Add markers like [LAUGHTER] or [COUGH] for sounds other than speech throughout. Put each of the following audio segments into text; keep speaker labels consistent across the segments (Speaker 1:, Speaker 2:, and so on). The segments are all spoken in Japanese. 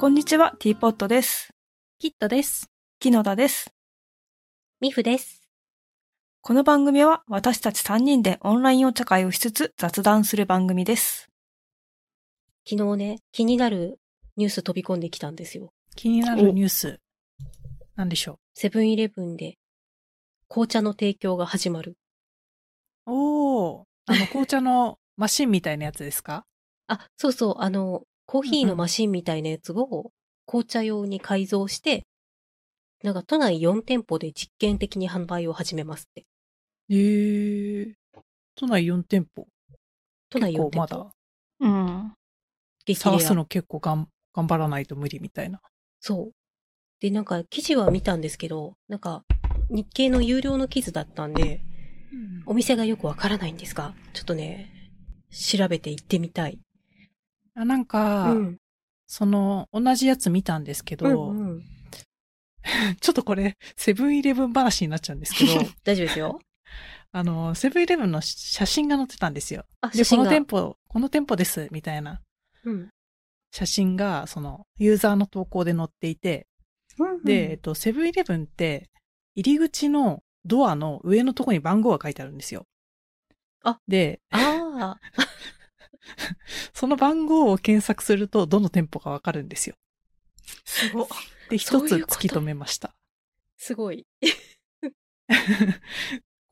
Speaker 1: こんにちは、ティーポットです。
Speaker 2: キットです。
Speaker 1: 木野田です。
Speaker 2: ミフです。
Speaker 1: この番組は私たち3人でオンラインお茶会をしつつ雑談する番組です。
Speaker 2: 昨日ね、気になるニュース飛び込んできたんですよ。
Speaker 3: 気になるニュース。なんでしょ
Speaker 2: セブンイレブンで紅茶の提供が始まる。
Speaker 3: う。おお。あ [LAUGHS] の、紅茶のマシンみたいなやつですか
Speaker 2: あ、そうそう、あの、コーヒー
Speaker 3: うんう
Speaker 2: の
Speaker 3: ん
Speaker 2: マシンみたいなやつを紅茶用に改造して、なんか都内4店舗で実験的に販売を始めますって。
Speaker 3: ええ都内4店舗。
Speaker 2: 都内4
Speaker 3: 結構
Speaker 2: 店
Speaker 3: ま
Speaker 2: 舗。
Speaker 3: だ、
Speaker 1: うん。
Speaker 2: 激レア
Speaker 3: 探すの結構がん頑張らないと無理みたいな。
Speaker 2: そう。で、なんか記事は見たんですけど、なんか日経の有料の記事だったんで、お店がよくわからないんですが、ちょっとね、調べて行ってみたい。
Speaker 3: あなん
Speaker 2: う
Speaker 3: か、
Speaker 2: ん。
Speaker 3: その、同じやつ見たんですけど、
Speaker 2: うんうん、
Speaker 3: ちょっとこれ、セブンイレブン話になっちゃうんですけ [LAUGHS] ど、
Speaker 2: [LAUGHS] 大丈夫ですよ。
Speaker 3: あの、セブンイレブンの写真が載ってたんですよ。
Speaker 2: あ、
Speaker 3: で、
Speaker 2: 写
Speaker 3: こ
Speaker 2: 真
Speaker 3: の
Speaker 2: が。
Speaker 3: 店舗、この店舗です、みたいな
Speaker 2: うん
Speaker 3: 写真が、その、ユーザーの投稿で載っていて、で、えっと、セブンイレブンって、入り口のドアの上のとこに番号が書いてあるんですよ。
Speaker 2: あ
Speaker 3: で、
Speaker 2: ああ、
Speaker 3: その番号を検索すると、どの店舗かわかるんですよ。
Speaker 1: すご。
Speaker 3: [LAUGHS] で、
Speaker 2: そ
Speaker 3: 一
Speaker 2: ういう
Speaker 3: つ
Speaker 2: こと
Speaker 3: 突き止めました。
Speaker 2: すごい。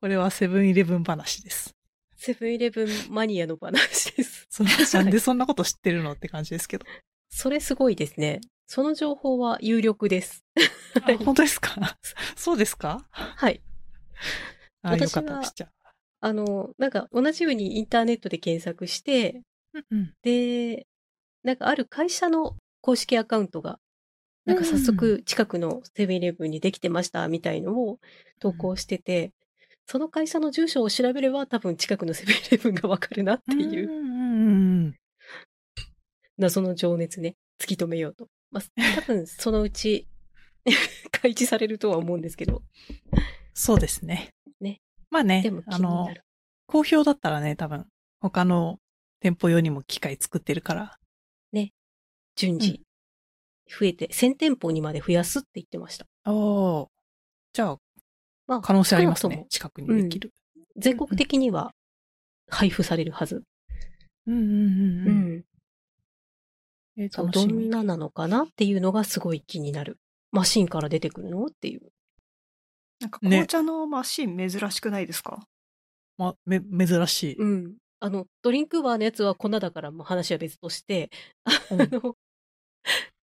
Speaker 3: これはセブンイレブン話です。
Speaker 2: セブンイレブンマニアの話です。 [LAUGHS]
Speaker 3: そなんでそんなこと知ってるのって感じですけど。
Speaker 2: それすごいですね。その情報は有力です。
Speaker 3: あ本当ですか [LAUGHS] そうですか
Speaker 2: はい。
Speaker 3: あ、よ
Speaker 2: 私
Speaker 3: か
Speaker 2: は
Speaker 3: ったです。じゃあ。
Speaker 2: あの、なんか同じようにインターネットで検索して、
Speaker 3: うんうん
Speaker 2: で、なんかある会社の公式アカウントが、なんか早速近くのセブンイレブンにできてましたみたいのを投稿してて、その会社の住所を調べれば多分近くのセブンイレブンがわかるなっていう
Speaker 3: うんうんうん。
Speaker 2: 謎の情熱ね、突き止めようと。
Speaker 3: [LAUGHS]
Speaker 2: まあ、多分そのうち [LAUGHS] 開示されるとは思うんですけど、
Speaker 3: そうですね。
Speaker 2: ね。
Speaker 3: まあね
Speaker 2: でも、気
Speaker 3: あ
Speaker 2: にな
Speaker 3: の、
Speaker 2: る。
Speaker 3: 好評だったらね、多分、他の店舗用にも機械作ってるから、
Speaker 2: 順次、増えて、1000店舗にまで増やすって言ってました。
Speaker 3: おお。じゃあ、
Speaker 2: まあ、
Speaker 3: 可能性あります
Speaker 2: 少な
Speaker 3: ね
Speaker 2: く。
Speaker 3: 近くにできる。
Speaker 2: とも全国的には配布されるはず。
Speaker 3: うんうんうんうん。
Speaker 2: ん。
Speaker 3: えー
Speaker 2: そう
Speaker 3: 楽
Speaker 2: ど
Speaker 3: し
Speaker 2: ん
Speaker 3: み。
Speaker 2: ななのかなっていうのがすごい気になる。マシンから出てくるのっていう。
Speaker 1: なんか紅茶のマシン珍しくないですか、
Speaker 3: ま、め、珍しい。
Speaker 2: うん。あの、ドリンクバーのやつは粉だからもう話は別として、あ
Speaker 3: うん
Speaker 2: の、フ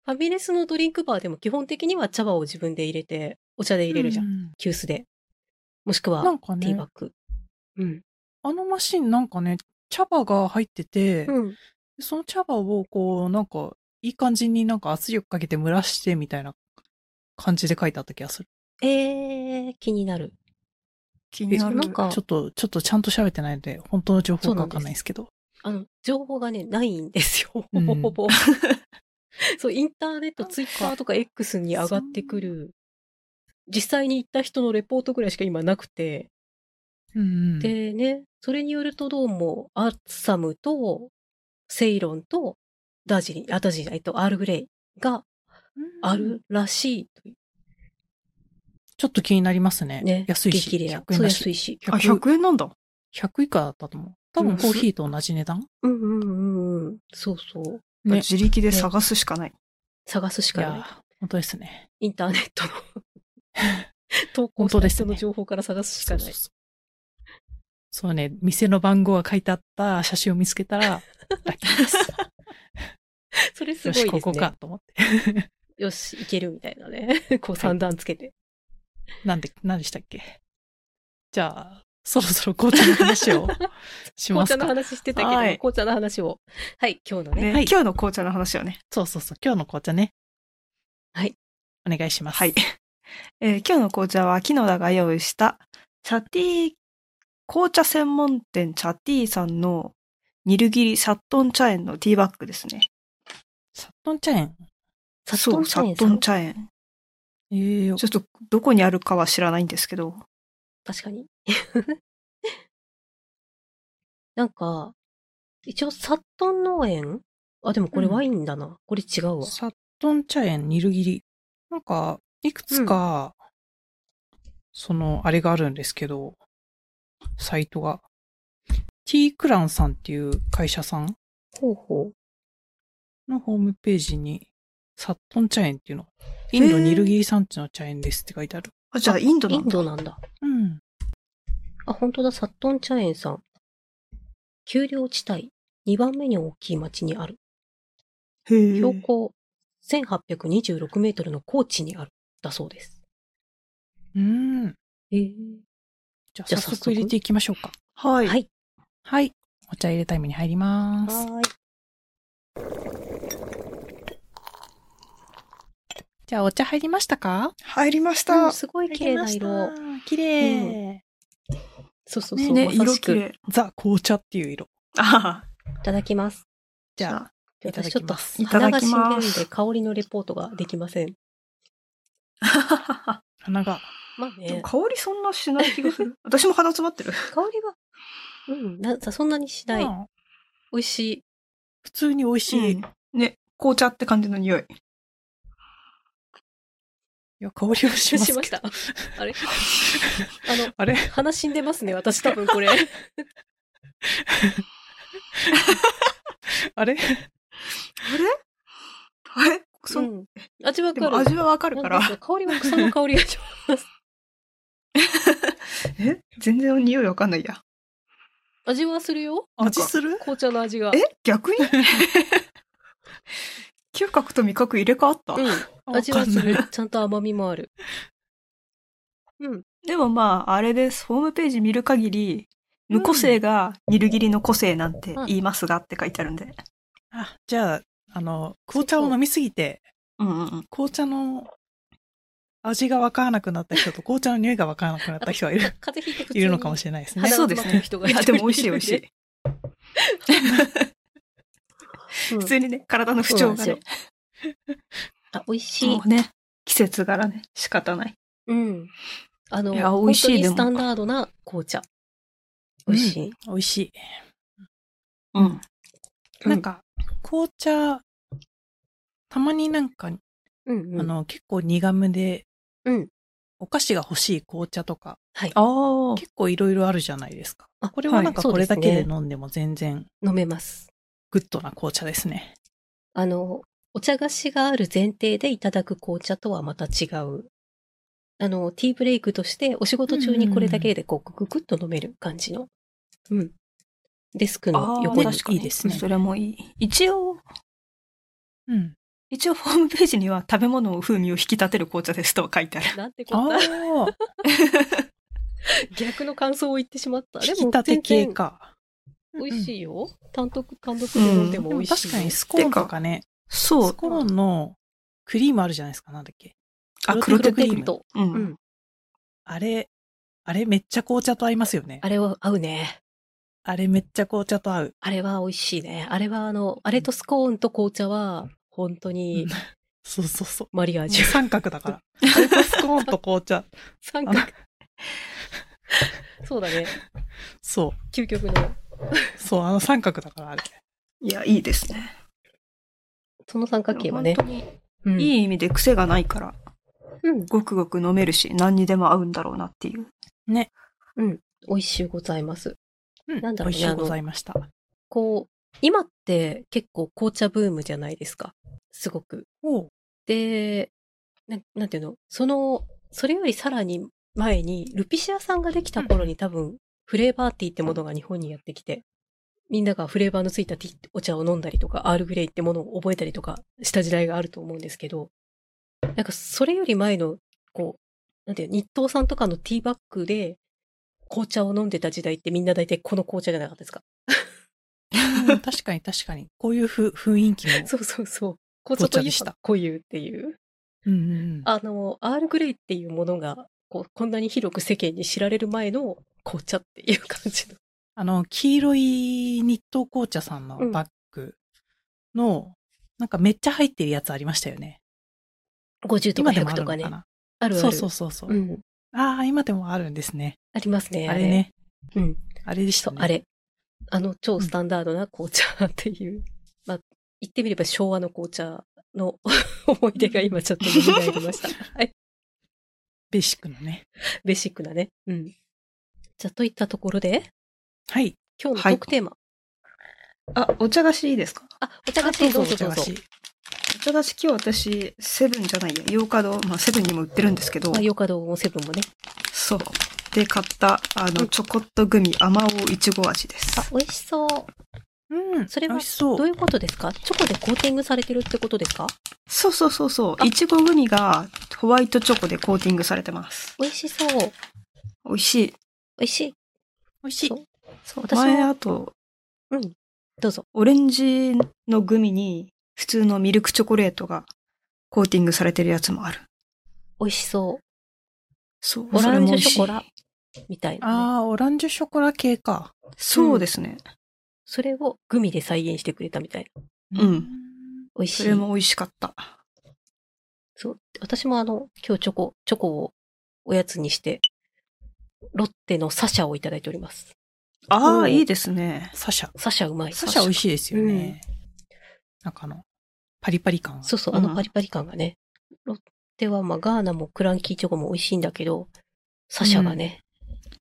Speaker 2: ァミレスのドリンクバーでも基本的には茶葉を自分で入れて、お茶で入れるじゃん。
Speaker 3: う
Speaker 2: 急須で。もしく
Speaker 3: な
Speaker 2: は
Speaker 3: ん、か
Speaker 2: ティーバ
Speaker 3: ね
Speaker 2: ッ、グ。うん。
Speaker 3: あのマシンなんかね、茶葉が入ってて、
Speaker 2: うん。
Speaker 3: その茶葉をこう、なんか、いい感じになんか圧力かけて蒸らしてみたいな感じで書いてあった気がする。
Speaker 2: えー、気になる。
Speaker 1: 気にな
Speaker 2: え
Speaker 1: る。
Speaker 2: なんか
Speaker 3: ちょっと、ちょっとちゃんと調べてないので、本当の情報がわかんないですけど。
Speaker 2: あの、情報がね、ないんですよ。ほ
Speaker 3: うん
Speaker 2: ぼほ
Speaker 3: [LAUGHS]
Speaker 2: ぼ。そう、インターネット、ツイッターとか X に上がってくる、実際に行った人のレポートぐらいしか今なくて、
Speaker 3: うんうん。
Speaker 2: でね、それによるとどうも、アッサムと、セイロンと、ダージリン、あ、ダージリンじゃない、えっと、アールグレイがあるらしいとい
Speaker 3: ちょっと気になりますね。
Speaker 2: うね。
Speaker 3: 安いし。
Speaker 2: 激レア。
Speaker 3: 100円
Speaker 2: そう
Speaker 3: だ
Speaker 2: 安
Speaker 3: し。
Speaker 2: いし。
Speaker 1: あ、100円なんだ。
Speaker 3: 100以下だったと思う。多分コーヒーと同じ値段
Speaker 2: うんうんうんうん。そうそう。
Speaker 3: ね
Speaker 1: 自力で探すしかない。
Speaker 2: 探すし
Speaker 3: い
Speaker 2: かない
Speaker 3: や。、本当ですね。
Speaker 2: インターネットの投稿
Speaker 3: 本
Speaker 2: した
Speaker 3: 当です
Speaker 2: 人
Speaker 3: ね
Speaker 2: の情報から探すしかない。
Speaker 3: そうそうそうそうね、店の番号が書いてあった写真を見つけ
Speaker 2: [LAUGHS]
Speaker 3: たら、ラッキーです。
Speaker 2: それす
Speaker 3: よ
Speaker 2: ごいです
Speaker 3: し、
Speaker 2: ね。
Speaker 3: ここかと思って。
Speaker 2: よし、いけるみたいなね。こう三段つけて。
Speaker 3: なんで、何でしたっけじゃあ、そろそろ紅茶の話
Speaker 2: [LAUGHS]
Speaker 3: をしま
Speaker 2: 紅茶
Speaker 3: す
Speaker 2: の
Speaker 3: か。
Speaker 2: 話してたけども、
Speaker 1: はい
Speaker 2: 紅茶の話を。はい、今日のね。
Speaker 1: ね
Speaker 3: はい
Speaker 1: 今日の紅茶の話はね。
Speaker 3: そうそうそう、今日の紅茶ね。
Speaker 2: はい。
Speaker 3: お願いします。
Speaker 1: はい。 [LAUGHS] えー今日の紅茶は、木野田が用意した、チャティー、紅茶専門店チャティーさんの、ニルギリサットン茶園のティーバッグですね。
Speaker 3: サットン茶園。
Speaker 2: サッ
Speaker 1: そ
Speaker 2: トン
Speaker 1: う、サ
Speaker 2: 茶園
Speaker 1: ッ
Speaker 2: さ
Speaker 1: トン
Speaker 2: ん。
Speaker 1: 茶園。
Speaker 3: えー
Speaker 1: ちょっと、どこにあるかは知らないんですけど。
Speaker 2: 確かに。 [LAUGHS] なんか、一応、サットン農園あ、でもこれ
Speaker 3: うん
Speaker 2: ワインだな。これ違うわ。
Speaker 3: サットン茶園ニルギリ。なんか、いくつか、その、あれがあるんですけど、サイトが。T クランさんっていう会社さん
Speaker 2: ほうほう。
Speaker 3: のホームページに、サットン茶園っていうの、インドニルギリ産地の茶園ですって書いてある。
Speaker 1: あ、じゃあインドな
Speaker 2: イ
Speaker 1: ん
Speaker 2: ン
Speaker 1: だ。
Speaker 2: ドなんだ。
Speaker 3: うん。
Speaker 2: あ、本当だ、サットン茶園さん。丘陵地帯、2番目に大きい町にある。
Speaker 1: へえ。
Speaker 2: 標高1826メートルの高地にある。だそうです。
Speaker 3: うん。
Speaker 2: ええ。
Speaker 3: じゃあ
Speaker 2: じゃあ早
Speaker 3: 早速
Speaker 2: 速
Speaker 3: 入れていきましょうか。
Speaker 1: はい。
Speaker 2: はい。
Speaker 3: はい。お茶入れタイムに入ります。
Speaker 2: はーい。
Speaker 3: じゃあお茶入りましたか
Speaker 1: 入りまし
Speaker 2: う
Speaker 1: た。
Speaker 2: んすごい綺麗な色。。
Speaker 3: 綺麗。
Speaker 2: そうそうそう。
Speaker 1: ね、
Speaker 2: まさ
Speaker 1: 色
Speaker 2: しく
Speaker 1: 綺麗。
Speaker 3: ザ紅茶っていう色。
Speaker 1: あ
Speaker 2: いただきます。
Speaker 3: じゃあ、いただ
Speaker 2: 私ちょ
Speaker 3: き
Speaker 2: っと
Speaker 3: ます
Speaker 1: いた
Speaker 2: 鼻
Speaker 1: だ
Speaker 2: が
Speaker 1: き
Speaker 2: 死んで
Speaker 1: ま
Speaker 2: るん
Speaker 1: す
Speaker 2: で香りのレポートができません。 [LAUGHS]
Speaker 1: あ。
Speaker 3: 花が。
Speaker 2: まあ
Speaker 1: でも
Speaker 2: ね、
Speaker 1: 香りそんなしない気がする。私も鼻詰まってる。
Speaker 2: 香りは、うん、なさそんなにしない。
Speaker 3: まあ
Speaker 2: [LAUGHS] 美味しい。
Speaker 3: 普通に美味しい。い
Speaker 1: うんね、紅茶って感じの匂い。
Speaker 3: や、香りはします
Speaker 2: しま
Speaker 3: け
Speaker 2: し
Speaker 3: ど
Speaker 2: た。。 [LAUGHS] あれ
Speaker 1: [LAUGHS]
Speaker 2: あの、
Speaker 3: あれ
Speaker 2: 鼻死んでますね、私多分こ
Speaker 1: [LAUGHS]
Speaker 2: れ。
Speaker 3: あれ
Speaker 1: あれあれそ、
Speaker 2: うん、味わ
Speaker 1: で
Speaker 2: か
Speaker 1: も
Speaker 2: る。
Speaker 1: 味はわかるか
Speaker 2: なん
Speaker 1: ら。
Speaker 2: か香りは草の香りがします。
Speaker 1: え全然匂いわかんないや。
Speaker 2: 味はするよ。
Speaker 1: なん
Speaker 3: 味
Speaker 1: か
Speaker 3: する
Speaker 2: 紅茶の味が。
Speaker 1: え逆
Speaker 2: [LAUGHS]
Speaker 1: に嗅覚と味覚入れ替わった、
Speaker 2: うん。味はする。ちゃんと甘みもある。うん。
Speaker 1: でもまあ、あれです。ホームページ見る限り、無個性がニルギリの個性なんて言いますがって書いてあるんで。
Speaker 3: あ、じゃあ、あの、紅茶を飲みすぎて、
Speaker 1: うんうんうん。
Speaker 3: 紅茶の味がわからなくなった
Speaker 2: [LAUGHS]
Speaker 3: 人と、紅茶の匂いがわからなくなった人がいる、
Speaker 2: 風邪ひいて普通
Speaker 3: い
Speaker 2: に
Speaker 3: るのかもしれないですね。
Speaker 2: 鼻
Speaker 1: そう
Speaker 2: が
Speaker 1: で
Speaker 2: 詰
Speaker 1: す
Speaker 2: ま
Speaker 1: ねい
Speaker 2: ってる人が一
Speaker 1: や、
Speaker 2: 人
Speaker 1: でも美味しい美味しい。
Speaker 2: うん
Speaker 1: 普通にね、体の不調が
Speaker 2: そうなん
Speaker 1: ね
Speaker 2: で。あ、美味しい
Speaker 1: もう。ね、季節柄ね、仕方ない。
Speaker 2: うん。あの、
Speaker 1: いや美
Speaker 2: 本
Speaker 1: 味し
Speaker 2: 当
Speaker 1: い
Speaker 2: に
Speaker 1: でも
Speaker 2: スタンダードな紅茶。美味しい。
Speaker 3: 美味しい。
Speaker 1: うん。
Speaker 2: うん
Speaker 3: なんか、紅茶、たまになんか、
Speaker 2: うん、うん。
Speaker 3: あ、の、結構苦めで、
Speaker 2: うん。
Speaker 3: お菓子が欲しい紅茶とか、
Speaker 2: はい。
Speaker 1: ああ。
Speaker 3: 結構いろいろあるじゃないですか。
Speaker 2: あ
Speaker 3: これはなんか
Speaker 2: はい
Speaker 3: これだけで
Speaker 2: そうですね
Speaker 3: 飲んでも全然
Speaker 2: 飲めます。
Speaker 3: グッドな紅茶ですね。
Speaker 2: あの、お茶菓子がある前提でいただく紅茶とはまた違う。あの、ティーブレイクとしてお仕事中にこれだけでこう、グググッと飲める感じの。うん。デスクの横
Speaker 3: あ
Speaker 2: に
Speaker 3: ー。確かにいいですね
Speaker 1: それもいい。一応、
Speaker 3: うん。
Speaker 1: 一応ホームページには食べ物の風味を引き立てる紅茶ですとは書いてある。
Speaker 2: なんてこ
Speaker 3: あ
Speaker 2: っ
Speaker 3: あ
Speaker 2: た。逆の感想を言ってしまった。
Speaker 3: ー、引
Speaker 2: [LAUGHS] で
Speaker 3: き
Speaker 2: も
Speaker 3: 立て
Speaker 2: 全
Speaker 3: 系
Speaker 2: 然
Speaker 3: か。
Speaker 2: 美味しいよ。単独、単独で
Speaker 1: うん
Speaker 2: 飲んでも
Speaker 3: で
Speaker 2: 美
Speaker 3: も
Speaker 2: 味しいよ。
Speaker 3: 確かにスコーンとかね、
Speaker 1: そ
Speaker 3: ス
Speaker 1: う。
Speaker 3: コーンのクリームあるじゃないですか、なんだっけ。
Speaker 1: あ、黒
Speaker 3: 黒手
Speaker 1: 手
Speaker 3: ク
Speaker 1: ク
Speaker 3: リ
Speaker 1: リー
Speaker 3: ーム
Speaker 1: ム。
Speaker 2: と。
Speaker 1: うん
Speaker 2: う。ん。
Speaker 3: あれ、あれめっちゃ紅茶と合いますよね。
Speaker 2: あれは合うね。
Speaker 3: あれめっちゃ紅茶と合う。
Speaker 2: あれは美味しいね。あれはあの、あれとスコーンと紅茶は、本当に
Speaker 3: そうそうそう。
Speaker 2: マリアージュ。
Speaker 3: [LAUGHS] 三角だから。あれとスコーンと紅茶。
Speaker 2: [LAUGHS] 三角。そうだね。
Speaker 3: そ
Speaker 2: 究極の。
Speaker 3: う。そう、あの三角だから、あれ。
Speaker 1: いや、いいですね。
Speaker 2: その三角形はね。
Speaker 1: 本当に
Speaker 2: うん
Speaker 1: いい意味で癖がないから、
Speaker 2: うん。
Speaker 1: ごくごく飲めるし、何にでも合うんだろうなっていう。
Speaker 2: うん。美味しゅうございます。
Speaker 3: うん。
Speaker 2: なんだろうね
Speaker 3: 美味しゅうございました。
Speaker 2: こう、今って結構紅茶ブームじゃないですか。すごく。
Speaker 3: おう
Speaker 2: で、ななんていうのその、それよりさらに前に、ルピシアさんができた頃に多分、フレーバーティーってものが日本にやってきて、みんながフレーバーのついたティーお茶を飲んだりとか、アールグレイってものを覚えたりとかした時代があると思うんですけど、なんかそれより前の、こう、なんていうの日東さんとかのティーバッグで、紅茶を飲んでた時代ってみんな大体この紅茶じゃなかったですか。
Speaker 3: うん確かに確かに。こういうふ雰囲気も。
Speaker 2: そうそうそう。紅茶といえば固有っていう。
Speaker 3: うんうんうん。
Speaker 2: あの、アールグレイっていうものが、こう、こんなに広く世間に知られる前の紅茶っていう感じの。
Speaker 3: あの、黄色い日東紅茶さんのバッグの、なんかめっちゃ入ってるやつありましたよね。
Speaker 2: 50とか
Speaker 3: 今で
Speaker 2: 100
Speaker 3: もある
Speaker 2: と
Speaker 3: の
Speaker 2: か
Speaker 3: か
Speaker 2: ね。
Speaker 3: な。
Speaker 2: あるある。
Speaker 3: そうそうそうそう。
Speaker 2: うん。
Speaker 3: ああ、今でもあるんですね。
Speaker 2: ありますね。
Speaker 3: あれ。ね。
Speaker 2: うん。
Speaker 3: あれでし
Speaker 2: そ
Speaker 3: た
Speaker 2: う
Speaker 3: ね。、
Speaker 2: あ。れ。あの、超スタンダードな紅茶っていう。まあ、言ってみれば昭和の紅茶 [LAUGHS] の思い出が今ちょっと蘇りま [LAUGHS] した。はい。
Speaker 3: ベーシックのね。
Speaker 2: ベーシックなね。うん。じゃあ、といったところで、
Speaker 3: はい。
Speaker 2: 今日のト
Speaker 1: はい
Speaker 2: ークテーマ。
Speaker 1: あ、お茶菓子いいですか
Speaker 2: あ、お茶菓子どうぞど
Speaker 3: お
Speaker 2: う
Speaker 3: 茶菓
Speaker 2: ぞ。
Speaker 3: 子
Speaker 1: お茶菓子今日私、セブンじゃないや、ヨーカドー、まあセブンにも売ってるんですけど
Speaker 2: まあ、、ヨカドーもセブンもね。
Speaker 1: そう。で買った、あ
Speaker 2: う
Speaker 1: の、
Speaker 2: ん
Speaker 1: チョコットグミ、甘おういちご味です。
Speaker 2: あ、美味しそう。
Speaker 3: うん。
Speaker 2: それは
Speaker 3: 美味しそ
Speaker 2: どう
Speaker 3: う。
Speaker 2: いうことですかチョコでコーティングされてるってことですか
Speaker 1: そうそうそうそ
Speaker 2: あ
Speaker 1: う。いちごグミがホワイトチョコでコーティングされてます。
Speaker 2: 美味しそう。美
Speaker 1: 美味しい。
Speaker 2: 味しい。
Speaker 3: 美味しい
Speaker 2: そ。う
Speaker 1: そう
Speaker 2: 私も
Speaker 1: 前あと、
Speaker 2: うん。どうぞ。
Speaker 1: オレンジのグミに普通のミルクチョコレートがコーティングされてるやつもある。
Speaker 2: 美味しそ
Speaker 1: そう。
Speaker 2: オ
Speaker 1: そ
Speaker 2: ラ
Speaker 1: れ
Speaker 2: ン
Speaker 1: も美
Speaker 2: ジュ
Speaker 1: 味し
Speaker 2: シ
Speaker 1: い
Speaker 2: ョコラみたいな、ね。
Speaker 3: ああ、オランジュショコラ系か。
Speaker 1: そうですね。
Speaker 2: それをグミで再現してくれたみたいな。
Speaker 1: うん。
Speaker 2: 美味しい。
Speaker 1: それも美味しかった。
Speaker 2: そう。私もあの、今日チョコ、チョコをおやつにして、ロッテのサシャをいただいております。
Speaker 1: あ
Speaker 2: おー
Speaker 1: あ、いいですね。
Speaker 3: サシャ。
Speaker 2: サシャうまい。
Speaker 3: サシャ美味しいですよね。なんかあの、パリパリ感。
Speaker 2: そうそう、
Speaker 1: う
Speaker 2: あ
Speaker 1: ん
Speaker 2: のパリパリ感がね。ロッテは、まあ、ガーナもクランキーチョコも美味しいんだけど、サシャがね、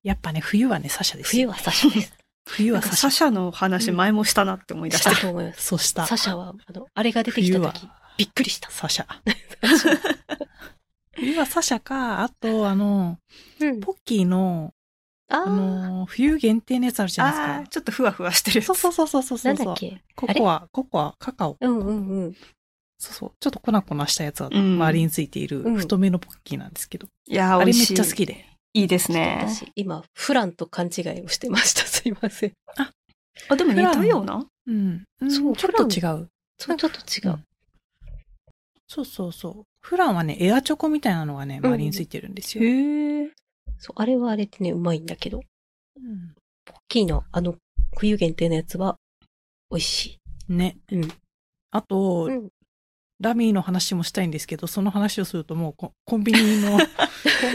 Speaker 3: やっぱね、冬はね、サシャです
Speaker 2: 冬
Speaker 3: よ。
Speaker 2: はサシャです。
Speaker 3: 冬
Speaker 1: なん
Speaker 3: は
Speaker 1: か
Speaker 3: サシ
Speaker 1: サ
Speaker 3: ャ。
Speaker 1: シャの話
Speaker 2: うん
Speaker 1: 前もしたなって思い出し。
Speaker 2: したたと思います。
Speaker 3: そうした。
Speaker 2: サシャは、あの、あれが出てき
Speaker 3: 冬
Speaker 2: た
Speaker 3: は
Speaker 2: 時、びっくりした。
Speaker 3: サシャ。冬はサシャか、あと、あの、
Speaker 2: うん
Speaker 3: ポッキーの、
Speaker 2: [LAUGHS] あ
Speaker 3: あ
Speaker 2: ー、
Speaker 3: の、冬限定のやつあるじゃ
Speaker 1: あ
Speaker 3: な
Speaker 1: [LAUGHS] あ
Speaker 3: い
Speaker 1: ー、
Speaker 3: で
Speaker 1: ちょっとふわふわしてるや
Speaker 3: す
Speaker 1: つ。
Speaker 3: か。そうそうそうそうそ
Speaker 2: な
Speaker 3: うんそ
Speaker 2: だ
Speaker 3: う
Speaker 2: っ。け
Speaker 3: ココア、ココア、カカオ。
Speaker 2: うんうんうん。
Speaker 3: そうそう。ちょっと粉粉したやつは、
Speaker 1: うん
Speaker 3: 周りについている
Speaker 2: うん
Speaker 3: 太めのポッキーなんですけど。
Speaker 1: いやー、
Speaker 3: あ
Speaker 1: 美
Speaker 3: れ
Speaker 1: 味
Speaker 3: めっ
Speaker 1: しい。
Speaker 3: ちゃ好きで。
Speaker 1: いいですね。
Speaker 2: 私、今、フランと勘違いをしてました。 [LAUGHS] すいません。
Speaker 1: あ、でも似たような
Speaker 3: うん。うん
Speaker 2: そう
Speaker 3: ちょっと違う。
Speaker 2: そう、ちょっと違う。
Speaker 3: そうそうそう。フランはね、エアチョコみたいなのがね、
Speaker 2: うん
Speaker 3: 周りについてるんですよ。
Speaker 1: へえ。
Speaker 2: そう、あれはあれってね、うまいんだけど、
Speaker 3: うん
Speaker 2: ポッキーのあの、冬限定のやつは、美味し
Speaker 3: ね。
Speaker 2: い。うん。
Speaker 3: あと、
Speaker 2: うん
Speaker 3: ラミーの話もしたいんですけど、その話をするともうココンビ
Speaker 2: [LAUGHS]
Speaker 3: ニの、コ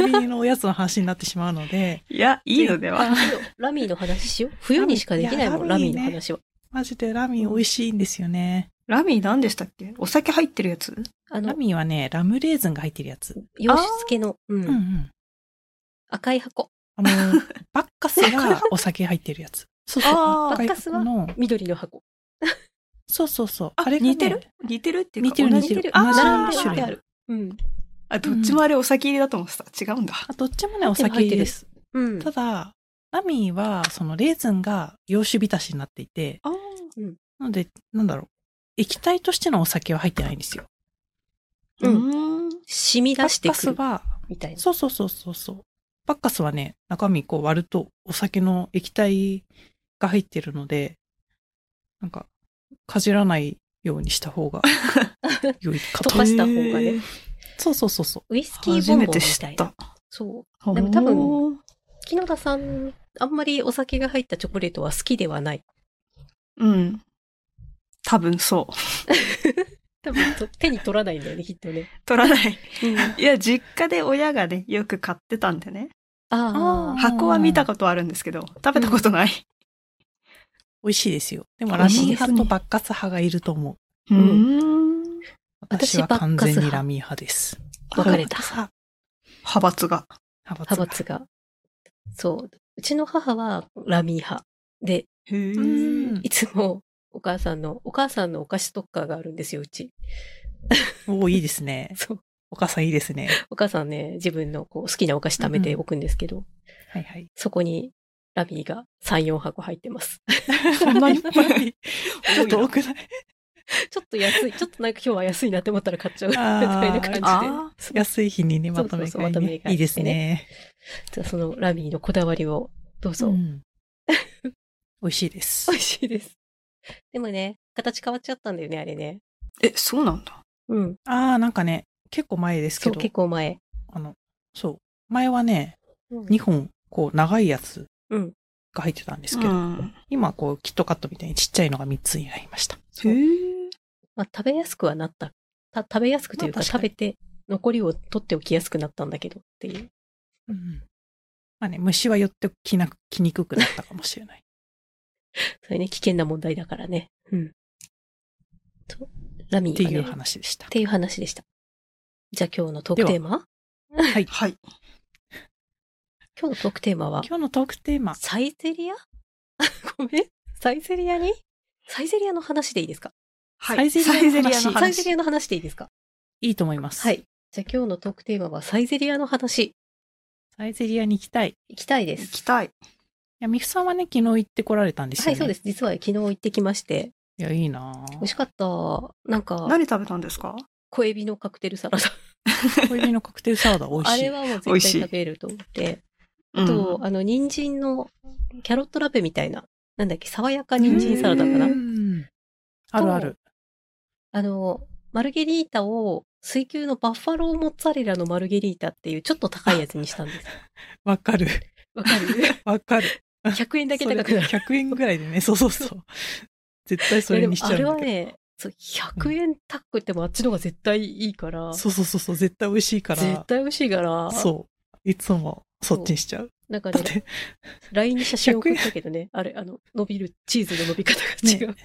Speaker 3: ンビニのおやつの話になってしまうので、
Speaker 1: いや、いいのでは。
Speaker 2: ラミーの話しよう。冬にしかできないもん、ラ
Speaker 3: ラ
Speaker 2: ミ
Speaker 3: ミ
Speaker 2: ー
Speaker 3: ー
Speaker 2: の
Speaker 3: ね
Speaker 2: 話は。
Speaker 3: マジでラミー美味しいんですよね。
Speaker 1: ラミー何でしたっけお酒入ってるやつ
Speaker 2: あ
Speaker 3: ラ
Speaker 2: の、
Speaker 3: ミーはね、ラムレーズンが入ってるやつ。
Speaker 2: 洋酒漬けの、う、
Speaker 3: うんうんん。
Speaker 2: 赤い箱。
Speaker 3: あの、
Speaker 2: [LAUGHS]
Speaker 3: バッカスがお酒入ってるやつ。そうそう。
Speaker 1: あー
Speaker 3: バッカスはの、
Speaker 2: 緑の箱。
Speaker 3: そうそうそう。
Speaker 1: あ
Speaker 3: あれがね
Speaker 1: 似てる似てるっていうか
Speaker 3: 似てる
Speaker 1: 同
Speaker 3: 似
Speaker 1: じ
Speaker 3: てる。
Speaker 1: あー
Speaker 3: 同じ
Speaker 2: 並んで
Speaker 3: 種類
Speaker 2: あ。る。うん。
Speaker 1: あ、どっちもあれお酒入りだと思ってた。違うんだ。
Speaker 3: あどっちもね、お
Speaker 2: でも入
Speaker 3: 酒
Speaker 2: ってる
Speaker 3: です。
Speaker 2: うん。
Speaker 3: ただ、ラミーは、そのレーズンが洋酒浸しになっていて、
Speaker 1: ああ。
Speaker 3: なので、なんだろう。液体としてのお酒は入ってないんですよ。
Speaker 1: う。
Speaker 2: うん染み出して
Speaker 3: バッカ
Speaker 2: く
Speaker 3: ス
Speaker 2: る。
Speaker 3: は、
Speaker 2: みたいな。
Speaker 3: そうそうそうそうそう。バッカスはね、中身こう割るとお酒の液体が入ってるので、なんか、かじらないようにした
Speaker 2: [LAUGHS]
Speaker 3: 方が良いか
Speaker 2: 溶
Speaker 3: と
Speaker 2: か。した方が
Speaker 1: へ
Speaker 2: ね
Speaker 1: ー。
Speaker 3: そうそうそうそう。
Speaker 2: ウイスキー
Speaker 1: 初
Speaker 2: ボン
Speaker 1: め
Speaker 2: ボンみ
Speaker 1: て知
Speaker 2: た
Speaker 1: っ
Speaker 2: いな。
Speaker 1: た。
Speaker 2: そう。
Speaker 1: で
Speaker 2: でも多分、木野田さん、あんまりお酒が入ったチョコレートは好きではない。
Speaker 1: うん。多分そう。
Speaker 2: 多分、と [LAUGHS] 手に取らないんだよね、きっとね。
Speaker 1: 取らない。
Speaker 2: うん。あ
Speaker 1: [LAUGHS] いや、実家で親がね、よく買ってたんでね。
Speaker 2: あ
Speaker 3: あー
Speaker 1: 箱は見たことあるんですけど、食べたことない。
Speaker 3: 美味しいですよ。でも
Speaker 2: 美
Speaker 3: ラミ
Speaker 2: 味しい
Speaker 3: ー
Speaker 2: ですね
Speaker 3: 派とバッカス派がいると思う。
Speaker 1: うんん。
Speaker 3: 私
Speaker 2: 私
Speaker 3: は
Speaker 2: バッカス
Speaker 3: 完
Speaker 2: 派
Speaker 3: 全にラミー派です。
Speaker 2: 分かれ
Speaker 3: バ
Speaker 2: た
Speaker 3: ッカス派
Speaker 1: 派閥が。
Speaker 3: 派閥
Speaker 2: 派
Speaker 3: が
Speaker 2: 閥が。そう。うちの母はラミー派。で、
Speaker 1: へえ
Speaker 3: うーん
Speaker 2: いつもお母さんの、お母さんのお菓子ストッカーがあるんですよ、うち。
Speaker 3: おおいいですね。
Speaker 2: [LAUGHS] そう。
Speaker 3: お母さんいいですね。
Speaker 2: お母さんね、自分のこう好きなお菓子貯めておくんですけど、
Speaker 3: はいはい。
Speaker 2: そこにラミーが3、4箱入ってます。 [LAUGHS]
Speaker 1: そんなに
Speaker 3: やっぱりちょっと多くない
Speaker 2: ちょっと安い、ちょっとなんか今日は安いなって思ったら買っちゃうみ
Speaker 3: あー
Speaker 2: たいな感じで。
Speaker 1: あ
Speaker 2: そう
Speaker 3: 安い日にね、
Speaker 2: そ
Speaker 3: ま
Speaker 2: う
Speaker 3: と
Speaker 2: そう
Speaker 3: め
Speaker 2: そう
Speaker 3: 買い
Speaker 2: まとめ買い
Speaker 3: ね
Speaker 2: し。てね
Speaker 3: いいですね。
Speaker 2: じゃあそのラミーのこだわりを、どうぞ。
Speaker 3: ん。 [LAUGHS] 美味しいです
Speaker 2: 美。味しいです。でもね、形変わっちゃったんだよね、あれね。
Speaker 1: え、そうなんだ。
Speaker 2: うん。
Speaker 3: ああ、なんかね、結構前です
Speaker 2: そ
Speaker 3: け
Speaker 2: う、
Speaker 3: ど、
Speaker 2: 結構前。
Speaker 3: あの、そう。前はね、
Speaker 2: うん
Speaker 3: 2本、こう、長いやつ
Speaker 2: うん
Speaker 3: が入ってたんですけ
Speaker 1: う
Speaker 3: ど、
Speaker 1: ん。
Speaker 3: 今、こう、キットカットみたいにちっちゃいのが3つになりました。
Speaker 1: へ
Speaker 2: そう
Speaker 1: え。
Speaker 2: まあ、食べやすくはなった。た食べやすくというか、
Speaker 3: まあ確か
Speaker 2: 食
Speaker 3: に
Speaker 2: べて残りを取っておきやすくなったんだけどっていう。
Speaker 3: うん。まあね、虫は寄ってきなく、きにくくなったかもしれない。
Speaker 2: それね、危険な問題だからね。うん。とラミ
Speaker 3: っ
Speaker 2: ー
Speaker 3: て
Speaker 2: が
Speaker 3: い
Speaker 2: ね、
Speaker 3: う
Speaker 2: っ
Speaker 3: 話でし
Speaker 2: [LAUGHS]
Speaker 3: た。
Speaker 2: ていう話でした。じゃあ今日のトークテーマ
Speaker 3: はい。
Speaker 1: はい。
Speaker 2: 今日のトークテーマは、
Speaker 3: 今日のトークテーマ、
Speaker 2: サイゼリア [LAUGHS] ごめん。サイゼリアにサイゼリアの話でいいですか
Speaker 1: はい。
Speaker 3: サイゼリアの話
Speaker 2: サイゼリアの話でいいですか
Speaker 3: いいと思います。
Speaker 2: はい。。じゃあ今日のトークテーマはサイゼリアの話。
Speaker 3: サイゼリアに行きたい。い
Speaker 2: 行きたいで
Speaker 1: 行
Speaker 2: す。
Speaker 1: きたい。
Speaker 3: や、ミフさんはね、昨日行ってこられたんですよ
Speaker 2: は
Speaker 3: ね。。
Speaker 2: い、そうですす。実は昨日行ってきまして、
Speaker 3: いや、いいなぁ
Speaker 2: 美味しかった。なんか、
Speaker 1: 何食べたんですか
Speaker 2: 小エビのカクテルサラダ。
Speaker 3: 小指のカクテルサラダ美味しい。
Speaker 2: あれはもう
Speaker 1: 美味
Speaker 2: 絶
Speaker 1: しい
Speaker 2: 対食べると思って。
Speaker 1: うん
Speaker 2: と、あの、人参のキャロットラペみたいな、なんだっけ、爽やか人参サラダか
Speaker 1: へ
Speaker 2: な
Speaker 1: ー。
Speaker 3: うんあるある。
Speaker 2: あの、マルゲリータを、水球のバッファローモッツァレラのマルゲリータっていうちょっと高いやつにしたんです。
Speaker 3: わかる。
Speaker 2: わかる
Speaker 3: [LAUGHS]
Speaker 2: [LAUGHS]
Speaker 3: わかる。
Speaker 2: ?100 円だけ高くなる。
Speaker 3: それ100円ぐらいで
Speaker 2: [LAUGHS]
Speaker 3: ね、そうそうそう。絶対それにしちゃうん
Speaker 2: いやでも
Speaker 3: だ
Speaker 2: あ
Speaker 3: け
Speaker 2: れ
Speaker 3: ど。
Speaker 2: はね、そう100円高くてもあっちの方が絶対いいから、
Speaker 3: そうそうそうそう、絶対美味しいから。
Speaker 2: 絶対美味しいから、
Speaker 3: そう。いつもそっちにしちゃう。
Speaker 2: なんか
Speaker 3: だって
Speaker 2: ね、、LINE に写真送っ
Speaker 3: 100
Speaker 2: たけどね、あれ、あの、伸びる、チーズの伸び方が違う。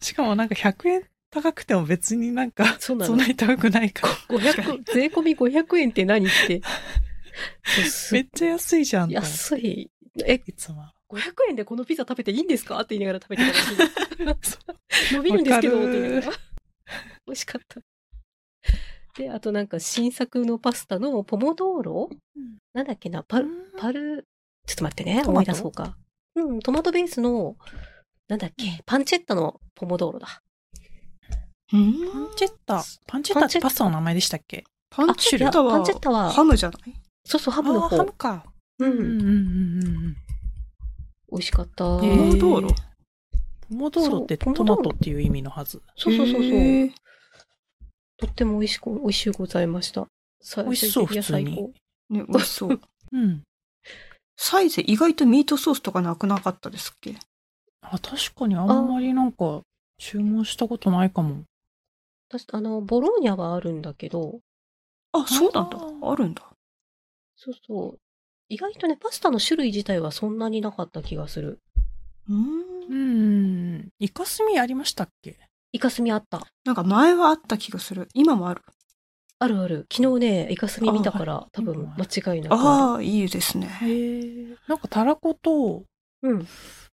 Speaker 3: しかもなんか100円高くても別になんか、
Speaker 2: そうなの
Speaker 3: そんなに高くないから。
Speaker 2: 500、税込み500円って何
Speaker 3: [LAUGHS]
Speaker 2: って。そうす
Speaker 3: めっちゃ安いじゃんと思って。
Speaker 2: 安い。え、
Speaker 3: いつも。
Speaker 2: 500円でこのピザ食べていいんですかって言いながら食べてたらしい。
Speaker 3: [LAUGHS]
Speaker 2: [LAUGHS]
Speaker 3: そ
Speaker 2: 伸びるんですけど、
Speaker 3: わ
Speaker 2: っ
Speaker 3: か
Speaker 2: て
Speaker 3: る
Speaker 2: 言いながら。美味しかった。で、あとなんか新作のパスタのポモドーロ
Speaker 3: うん
Speaker 2: なんだっけな、パル、
Speaker 3: う
Speaker 2: パル、ちょっと待ってね、
Speaker 3: トマト
Speaker 2: 思い出そうか。うん、トマトベースの、なんだっけ、パンチェッタのポモドーロだ。
Speaker 1: うん
Speaker 3: パンチェッタ。パンチェッタってパスタの名前でしたっけ
Speaker 1: パンチェッタ
Speaker 2: あいやパン
Speaker 1: は
Speaker 2: チェッタは
Speaker 1: ハムじゃない
Speaker 2: そうそう、ハ
Speaker 3: ハ
Speaker 2: ムの
Speaker 3: ハム
Speaker 2: 方。
Speaker 3: か。
Speaker 2: う
Speaker 3: うん
Speaker 2: ん、
Speaker 3: うんうんうん
Speaker 2: 美味しかった。
Speaker 3: うん。
Speaker 1: へー道路
Speaker 3: ポモドーロって
Speaker 2: そう
Speaker 3: トマトっていう意味のはず。
Speaker 2: そうそうそうそう。
Speaker 1: へー
Speaker 2: とっても美味しく、美味しゅうございました。さ
Speaker 3: 美味しそう
Speaker 2: サイゼリヤ
Speaker 3: 普通
Speaker 2: 最
Speaker 3: に
Speaker 2: 高
Speaker 1: ね、美味しそう。
Speaker 3: うん。
Speaker 1: サイゼ意外とミートソースとかなくなかったですっけ
Speaker 3: あ、確かにあんまりなんか注文したことないかも。
Speaker 2: 私、あの、ボローニャはあるんだけど、
Speaker 1: あ、そうなんだ
Speaker 3: あ。ー
Speaker 1: あるんだ。
Speaker 2: そうそう。意外とね、パスタの種類自体はそんなになかった気がする。
Speaker 1: うー。
Speaker 3: うんん。イカスミありましたっけ
Speaker 2: イカスミあった。
Speaker 1: なんか前はあった気がする。今もある。
Speaker 2: あるある。昨日ね、イカスミ見たから、多
Speaker 3: う
Speaker 2: 分
Speaker 3: ん
Speaker 2: 間違いなくあ
Speaker 1: ああ、いいです
Speaker 3: へ
Speaker 1: ね。
Speaker 3: え。なんかたらこと、
Speaker 2: る。うん。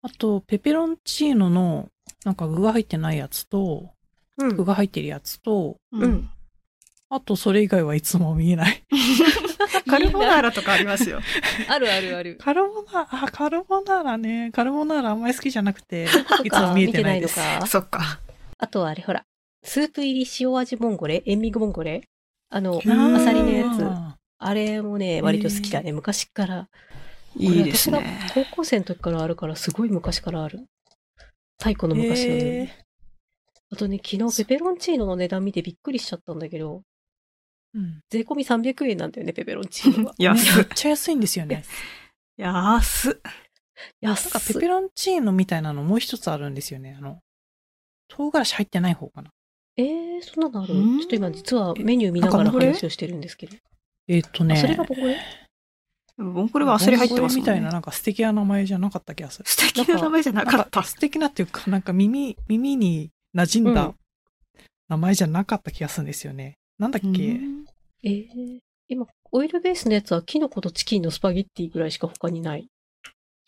Speaker 3: あとペペロンチーノのなんか具が入ってないやつと、
Speaker 2: うん。
Speaker 3: 具が入ってるやつと、
Speaker 1: うん
Speaker 3: あとそれ以外はいつも見えない。
Speaker 1: カルボナーラとかありますよ。
Speaker 2: あるあるある。
Speaker 3: カルボナーラ、あ、カルボナーラね。カルボナーラあんまり好きじゃなくて、いつも見えてないです。
Speaker 2: 見てないのか。
Speaker 1: [LAUGHS] そっか。
Speaker 2: あとはあれ、ほら、スープ入り塩味モンゴレ塩味モンゴレあの、
Speaker 1: うん
Speaker 2: アサリのや
Speaker 3: う
Speaker 2: つ。
Speaker 3: ん
Speaker 2: あれもね、割と好きだね。昔から。
Speaker 1: いいです
Speaker 2: これ
Speaker 1: ね。。
Speaker 2: 私が高校生の時からあるから、すごい昔からある。太古の昔のね。
Speaker 3: へ
Speaker 2: あとね、昨日ペペロンチーノの値段見てびっくりしちゃったんだけど、
Speaker 3: ーうん
Speaker 2: 税込み300円なんだよね、ペペロンチ
Speaker 3: [LAUGHS]
Speaker 2: ーノは
Speaker 1: 安
Speaker 3: ねめっちゃ安いんですよね。
Speaker 1: 安っ。
Speaker 2: 安
Speaker 3: なん
Speaker 2: っ
Speaker 3: かペペロンチーノみたいなのもう一つあるんですよね。あの、唐辛子入ってない方かな。
Speaker 2: えー、そんなのある
Speaker 1: うん
Speaker 2: ちょっと今実はメニュー見ながら
Speaker 1: なんか
Speaker 2: 話をしてるんですけど。
Speaker 3: えっ、と
Speaker 2: あ
Speaker 3: ね。
Speaker 2: それがボンゴレ
Speaker 1: でもボンコレはアサリ入ってますもん
Speaker 3: ボンゴレみたいな
Speaker 1: ね。
Speaker 3: なんか素敵な名前じゃなかった気がする。
Speaker 1: 素敵な名前じゃなか
Speaker 3: な
Speaker 1: っ
Speaker 3: んか
Speaker 1: た。
Speaker 3: 素敵なっていうか、なんか耳、耳に馴染ん
Speaker 2: うん
Speaker 3: だ名前じゃなかった気がするんですよね。なんだっけ、
Speaker 1: うん
Speaker 2: えー、今、オイルベースのやつはキノコとチキンのスパゲッティぐらいしか他にない。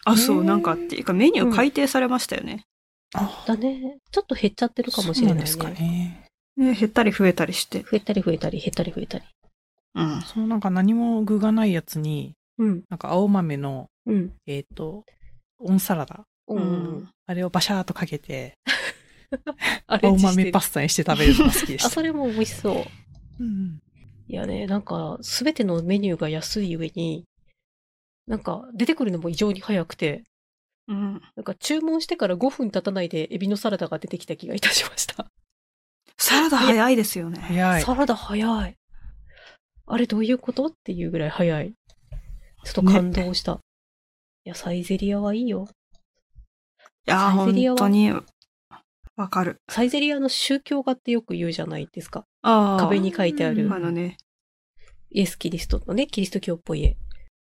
Speaker 1: あ、そ
Speaker 3: へ
Speaker 1: う、
Speaker 3: ー
Speaker 1: なんかっていうかメニュー改定されましたよね。
Speaker 3: あ
Speaker 2: だね。ちょっと減っちゃってるかもしれないね。
Speaker 3: そうなんですかね。
Speaker 1: ね、減ったり増えたりして。
Speaker 2: 増えたり増えたり、減ったり増えたり。
Speaker 1: うん。
Speaker 3: そのなんか何も具がないやつに、
Speaker 2: うん。
Speaker 3: なんか青豆の、
Speaker 2: うん。
Speaker 3: えっ、と、オンサラダ。
Speaker 2: うん。
Speaker 3: あれをバシャーっとかけて、
Speaker 2: アレ
Speaker 3: 青
Speaker 2: ンジして
Speaker 3: 豆
Speaker 2: る
Speaker 3: パスタにして食べるのが好きでし
Speaker 2: あ、
Speaker 3: た。
Speaker 2: それも美味しそう。
Speaker 3: うん
Speaker 2: いやね、なんか、すべてのメニューが安い上に、なんか、出てくるのも異常に早くて、
Speaker 1: うん。
Speaker 2: なんか注文してから5分経たないでエビのサラダが出てきた気がいたしました。
Speaker 1: サラダ早いですよね。
Speaker 3: 早い。
Speaker 2: サラダ早い。あれどういうことっていうぐらい早い。ちょっと感動した。いや、サイゼリアはいいよ。
Speaker 1: いやー、
Speaker 2: サイゼリ
Speaker 1: 本
Speaker 2: アは
Speaker 1: 当に、わかる。
Speaker 2: サイゼリアの宗教画ってよく言うじゃないですか。
Speaker 1: ああ。
Speaker 2: 壁に書いてある
Speaker 1: あのね。
Speaker 2: イエス・キリストのね、キリスト教っぽい絵。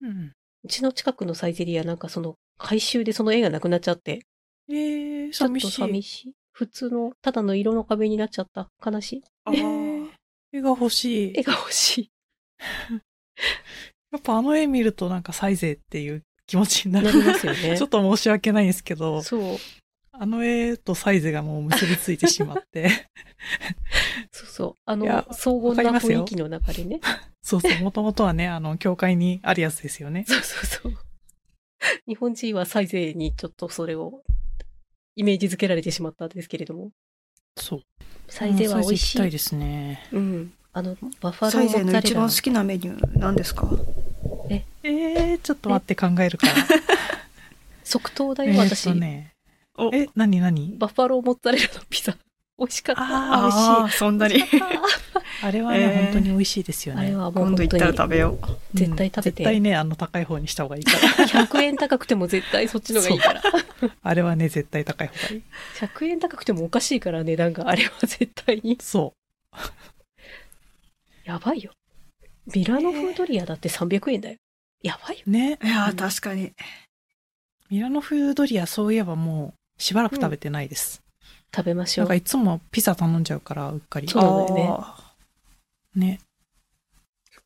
Speaker 3: うん
Speaker 2: うちの近くのサイゼリアなんかその、改修でその絵がなくなっちゃって、
Speaker 3: えー、
Speaker 2: ちょっと
Speaker 3: 寂しい。
Speaker 2: 寂しい。普通の、ただの色の壁になっちゃった。悲しい。
Speaker 3: あー絵が欲しい。
Speaker 2: 絵が欲しい。
Speaker 3: やっぱあの絵見るとなんかサイゼっていう気持ちにな
Speaker 2: な
Speaker 3: る。
Speaker 2: りますよね
Speaker 3: [LAUGHS] ちょ。っと申し訳ないんですけど、
Speaker 2: そう。
Speaker 3: あの絵とサイゼがもう結びついてしまって、
Speaker 2: [LAUGHS] そうそう。あ
Speaker 3: いや
Speaker 2: の、荘
Speaker 3: わか
Speaker 2: 厳
Speaker 3: り
Speaker 2: な
Speaker 3: ます
Speaker 2: 雰
Speaker 3: よ
Speaker 2: 囲気の中でね。
Speaker 3: そうそう、もともとはね、あの、教会にあるやつですよね。
Speaker 2: [LAUGHS] そうそうそう。日本人はサイゼにちょっとそれをイメージづけられてしまったんですけれども。
Speaker 3: そう。
Speaker 2: サイゼは美味し
Speaker 3: うんサイゼ行きた
Speaker 2: い。
Speaker 3: いですね。
Speaker 2: うん。あの、バファロ
Speaker 1: サ
Speaker 2: ー
Speaker 1: イ
Speaker 2: モ
Speaker 1: ゼ
Speaker 2: ッツ
Speaker 1: の
Speaker 2: ァレ
Speaker 1: 一
Speaker 2: ラ
Speaker 1: 番好きなメニュー何ですか
Speaker 3: えー、ちょっと待って考え
Speaker 2: [LAUGHS]
Speaker 3: るから。
Speaker 2: 即答だ
Speaker 3: え
Speaker 2: よ、
Speaker 3: ー
Speaker 2: 私。
Speaker 3: っとね。
Speaker 1: お
Speaker 3: え、なになに
Speaker 2: バッファローモッツァレラのピザ。 [LAUGHS] 美味しかった。
Speaker 3: あー美味しい
Speaker 1: あーそんなに。
Speaker 3: [LAUGHS] あれはね、
Speaker 1: えー
Speaker 3: 本当に美味しいですよね。
Speaker 2: あれ
Speaker 1: [LAUGHS]
Speaker 2: はもう
Speaker 1: 今
Speaker 2: 本
Speaker 1: 度行
Speaker 2: 当
Speaker 1: っ
Speaker 2: に
Speaker 1: たら食べよう。
Speaker 3: うん
Speaker 2: 絶対食べて [LAUGHS]
Speaker 3: 絶対ね、あの、高い方にした方がいいから。
Speaker 2: 100円高くても絶対そっちのがいいから。
Speaker 3: あれはね、絶対高い方がいい。
Speaker 2: 100円高くてもおかしいから値段があれは絶対に。
Speaker 3: そ
Speaker 2: やばいよ。ミラノフードリアだって300円だよ。やばいよ。
Speaker 3: う。ね。
Speaker 1: いやー、確かに。
Speaker 3: ミラノフードリア、そういえばもう、しばらく食べてないです。
Speaker 2: 食べましょ
Speaker 3: なん
Speaker 2: う
Speaker 3: か。いつもピザ頼んじゃうから、うっかり。
Speaker 2: そうなのよね
Speaker 1: あ
Speaker 3: ね。